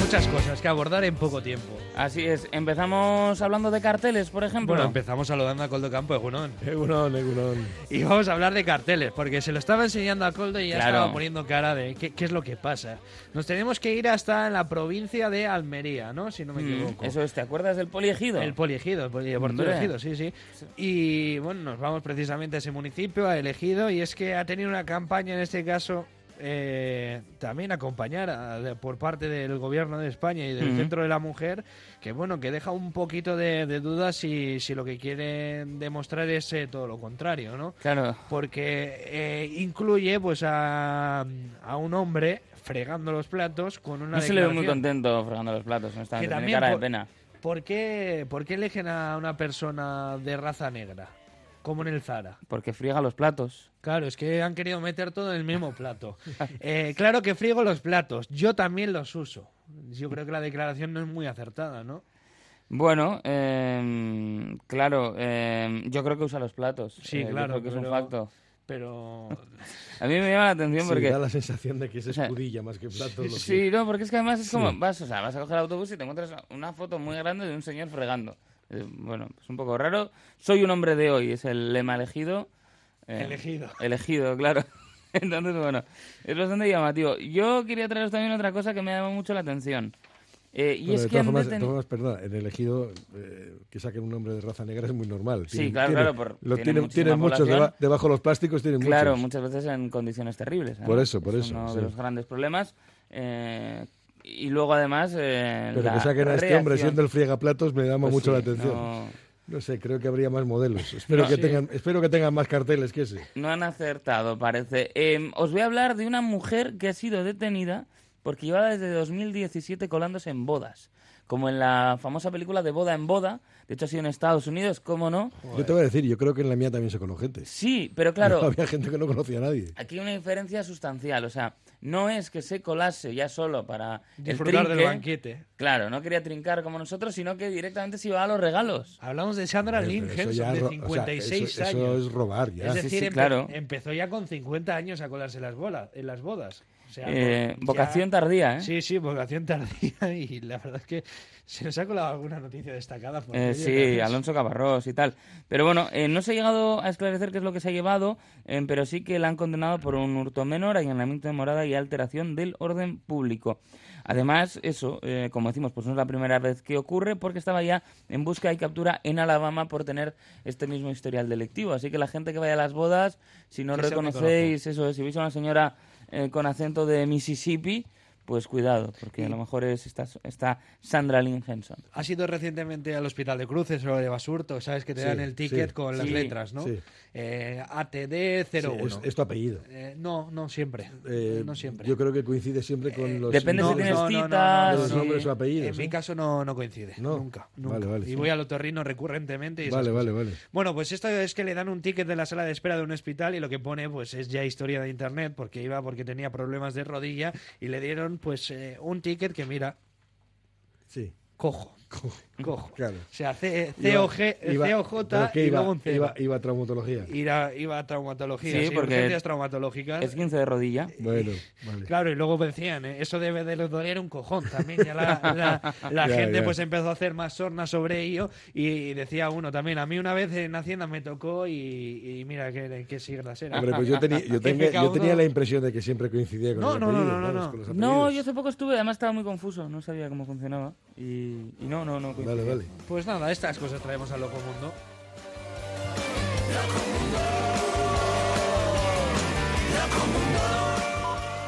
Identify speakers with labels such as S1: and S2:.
S1: muchas cosas que abordar en poco tiempo.
S2: Así es, empezamos hablando de carteles, por ejemplo.
S1: Bueno, empezamos saludando a Coldo Campo de Junón.
S3: Egunon, egunon.
S1: Y vamos a hablar de carteles, porque se lo estaba enseñando a Coldo y ya
S2: Claro.
S1: estaba poniendo cara de qué, qué es lo que pasa. Nos tenemos que ir hasta la provincia de Almería, ¿no? Si no me equivoco.
S2: Mm, Eso es, ¿te acuerdas del poliegido?
S1: El poliegido, el polideportivo
S2: Hombre.
S1: elegido, sí, sí. Y bueno, nos vamos precisamente a ese municipio, a elegido, y es que ha tenido una campaña en este caso. eh, también acompañar a- de- por parte del gobierno de España y del
S2: Ujú.
S1: Centro de la Mujer, que bueno, que deja un poquito de, de dudas si, si lo que quieren demostrar es eh, todo lo contrario, ¿no?
S2: Claro.
S1: porque eh, incluye pues a, a un hombre fregando los platos con una
S2: No se le ve muy
S1: declaración.
S2: contento fregando los platos, honestamente.
S1: Que
S2: Tiene
S1: también
S2: cara de
S1: por-
S2: pena.
S1: ¿Por qué, ¿Por qué eligen a una persona de raza negra? Como en el Zara.
S2: Porque friega los platos.
S1: Claro, es que han querido meter todo en el mismo plato. Eh, claro que friego los platos, yo también los uso. Yo creo que la declaración no es muy acertada, ¿no?
S2: Bueno, eh, claro, eh, yo creo que usa los platos.
S1: Sí,
S2: Eh, yo
S1: claro,
S2: creo que es un
S1: pero-
S2: facto.
S1: Pero
S2: A mí me llama la atención
S3: Sí,
S2: porque
S3: da la sensación de que es
S2: sea,
S3: escudilla más que plato. lo que-
S2: Sí, no, porque es que además es como, vas, o sea, vas a coger el autobús y te encuentras una foto muy grande de un señor fregando. Eh, bueno, es un poco raro. Soy un hombre de hoy, es el lema elegido. eh,
S1: Elegido.
S2: Elegido, claro. Entonces, bueno, es bastante llamativo. Yo quería traeros también otra cosa que me ha llamado mucho la atención. Eh, y
S3: Bueno,
S2: es
S3: de
S2: que
S3: todas
S2: han
S3: formas, de
S2: detenido-
S3: todas formas, perdona, en el ejido eh, que saquen un hombre de raza negra es muy normal.
S2: Sí, claro, claro, por-
S3: lo
S2: tiene
S3: tienen,
S2: muchísima
S3: tienen muchos
S2: población.
S3: deba- debajo de los plásticos, tienen
S2: Claro, muchas
S3: muchos.
S2: veces en condiciones terribles. además.
S3: Por eso, por
S2: Es
S3: eso,
S2: Uno
S3: sí.
S2: de los grandes problemas. Eh, y luego, además. eh,
S3: Pero
S2: la
S3: que saquen a este hombre
S2: reacción.
S3: siendo el friegaplatos me llama
S2: Pues
S3: mucho
S2: sí,
S3: la atención. No...
S2: no-
S3: sé, creo que habría más modelos. Espero, que
S1: sí.
S3: tengan, espero que tengan más carteles que ese.
S2: No han acertado, parece. Eh, os voy a hablar de una mujer que ha sido detenida porque llevaba desde 2017 colándose en bodas. Como en la famosa película de Boda en Boda. De hecho, ha sido en Estados Unidos, ¿cómo no?
S3: Yo te voy a decir, yo creo que en la mía también se coló gente.
S2: Sí, pero claro,
S3: Había gente que no conocía a nadie.
S2: aquí hay una diferencia sustancial. O sea, no es que se colase ya solo para el
S1: disfrutar del
S2: trinque.
S1: banquete.
S2: Claro, no quería trincar como nosotros, sino que directamente se iba a los regalos.
S1: Hablamos de Sandra
S3: Pero
S1: Lynn
S3: Eh, eso
S1: Henson,
S3: ya
S1: de
S3: ro- o sea,
S1: 56
S3: eso-
S1: años.
S3: Eso es robar ya.
S1: Es
S2: Sí,
S1: decir,
S2: sí,
S1: empe-
S2: claro.
S1: empezó ya con 50 años a colarse las bolas, en las bodas. O sea,
S2: Eh,
S1: Ah, ya-
S2: vocación tardía, ¿eh?
S1: Sí, sí, vocación tardía. Y la verdad es que se nos ha colado alguna noticia destacada. Por
S2: Eh,
S1: medio,
S2: sí,
S1: gracias.
S2: Alonso Caparrós y tal. Pero bueno, eh, no se ha llegado a esclarecer qué es lo que se ha llevado, eh, pero sí que la han condenado por un hurto menor, allanamiento de morada y alteración del orden público. Además, eso, eh, como decimos, pues no es la primera vez que ocurre porque estaba ya en busca y captura en Alabama por tener este mismo historial delictivo. Así que la gente que vaya a las bodas, si no
S1: Que sea
S2: reconocéis eso, si veis a una señora eh, con acento de Mississippi, pues cuidado, porque a lo mejor es esta, esta Sandra Lynn Henson.
S1: Has ido recientemente al Hospital de Cruces o de Basurto, sabes que te
S3: Sí,
S1: dan el ticket
S3: sí.
S1: con las
S2: Sí,
S1: letras, ¿no?
S3: sí.
S1: Eh, ATD 01.
S3: Sí, es, es tu apellido.
S1: Eh, no, no siempre.
S3: Eh,
S1: no siempre. Eh,
S3: Yo creo que coincide siempre con los
S2: depende si
S3: nombres,
S2: tienes
S1: no, no, no,
S2: citas,
S1: no, no,
S2: si-
S1: no,
S3: nombres o apellidos.
S1: en mi
S3: ¿eh?
S1: caso no, no coincide.
S3: No.
S1: Nunca, nunca.
S3: Vale, vale,
S1: y
S3: sí.
S1: voy al otorrino recurrentemente. Y esas
S3: Vale,
S1: cosas.
S3: vale, vale.
S1: Bueno, pues esto es que le dan un ticket de la sala de espera de un hospital y lo que pone pues es ya historia de internet porque iba porque tenía problemas de rodilla y le dieron pues eh, un ticket que mira,
S3: Sí.
S1: cojo, cojo.
S3: Claro.
S1: O sea, C-
S3: Iba-
S1: COG, eh,
S3: iba- ¿pero
S1: COJ
S3: qué
S1: y
S3: iba,
S1: luego un cero.
S3: iba, iba a traumatología.
S1: Iba, iba a traumatología,
S2: Sí,
S1: sí,
S2: porque-
S1: urgencias traumatológicas.
S2: Es 15 de rodilla.
S3: Bueno, vale.
S1: Claro, y luego decían, ¿eh? eso debe de doler un cojón también. Ya la, la- la
S3: Ya,
S1: gente
S3: ya.
S1: pues empezó a hacer más sornas sobre ello y decía uno también, a mí una vez en Hacienda me tocó y, y mira qué, qué siglas eran.
S3: Hombre, pues yo, tenía- yo,
S1: Que
S3: tenía-
S1: cada
S3: yo tenía
S1: uno-
S3: la impresión de que siempre coincidía con
S1: No,
S3: el
S1: no, no,
S3: apellido,
S1: no, no,
S3: ¿sabes?
S1: no.
S3: Con los
S2: No,
S3: apellidos.
S2: yo hace poco estuve, además estaba muy confuso, no sabía cómo funcionaba. Y, y no, no, no. coincidía.
S3: Vale, vale.
S1: Pues nada, estas cosas traemos al loco mundo.